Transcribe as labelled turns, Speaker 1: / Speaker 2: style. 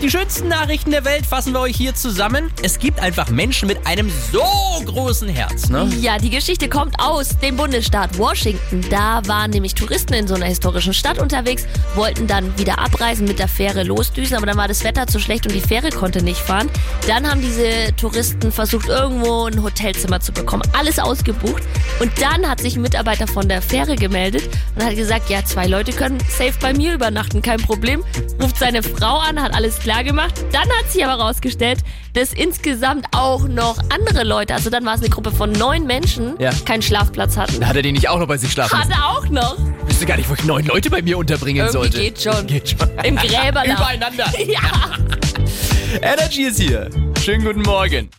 Speaker 1: Die schönsten Nachrichten der Welt fassen wir euch hier zusammen. Es gibt einfach Menschen mit einem so großen Herz, ne?
Speaker 2: Ja, die Geschichte kommt aus dem Bundesstaat Washington. Da waren nämlich Touristen in so einer historischen Stadt unterwegs, wollten dann wieder abreisen, mit der Fähre losdüsen, aber dann war das Wetter zu schlecht und die Fähre konnte nicht fahren. Dann haben diese Touristen versucht, irgendwo ein Hotelzimmer zu bekommen. Alles ausgebucht. Und dann hat sich ein Mitarbeiter von der Fähre gemeldet und hat gesagt, ja, zwei Leute können safe bei mir übernachten, kein Problem. Ruft seine Frau an, hat alles klar gemacht. Dann hat sich aber rausgestellt, dass insgesamt auch noch andere Leute, also dann war es eine Gruppe von neun Menschen,
Speaker 1: Ja.
Speaker 2: keinen Schlafplatz hatten.
Speaker 1: Hat er den nicht auch noch bei sich schlafen?
Speaker 2: Hatte auch noch.
Speaker 1: Ich wüsste gar nicht, wo ich neun Leute bei mir unterbringen
Speaker 2: Irgendwie
Speaker 1: sollte.
Speaker 2: geht schon.
Speaker 1: Geht schon.
Speaker 2: Im Gräberloch.
Speaker 1: Übereinander.
Speaker 2: Ja.
Speaker 1: Energy ist hier. Schönen guten Morgen.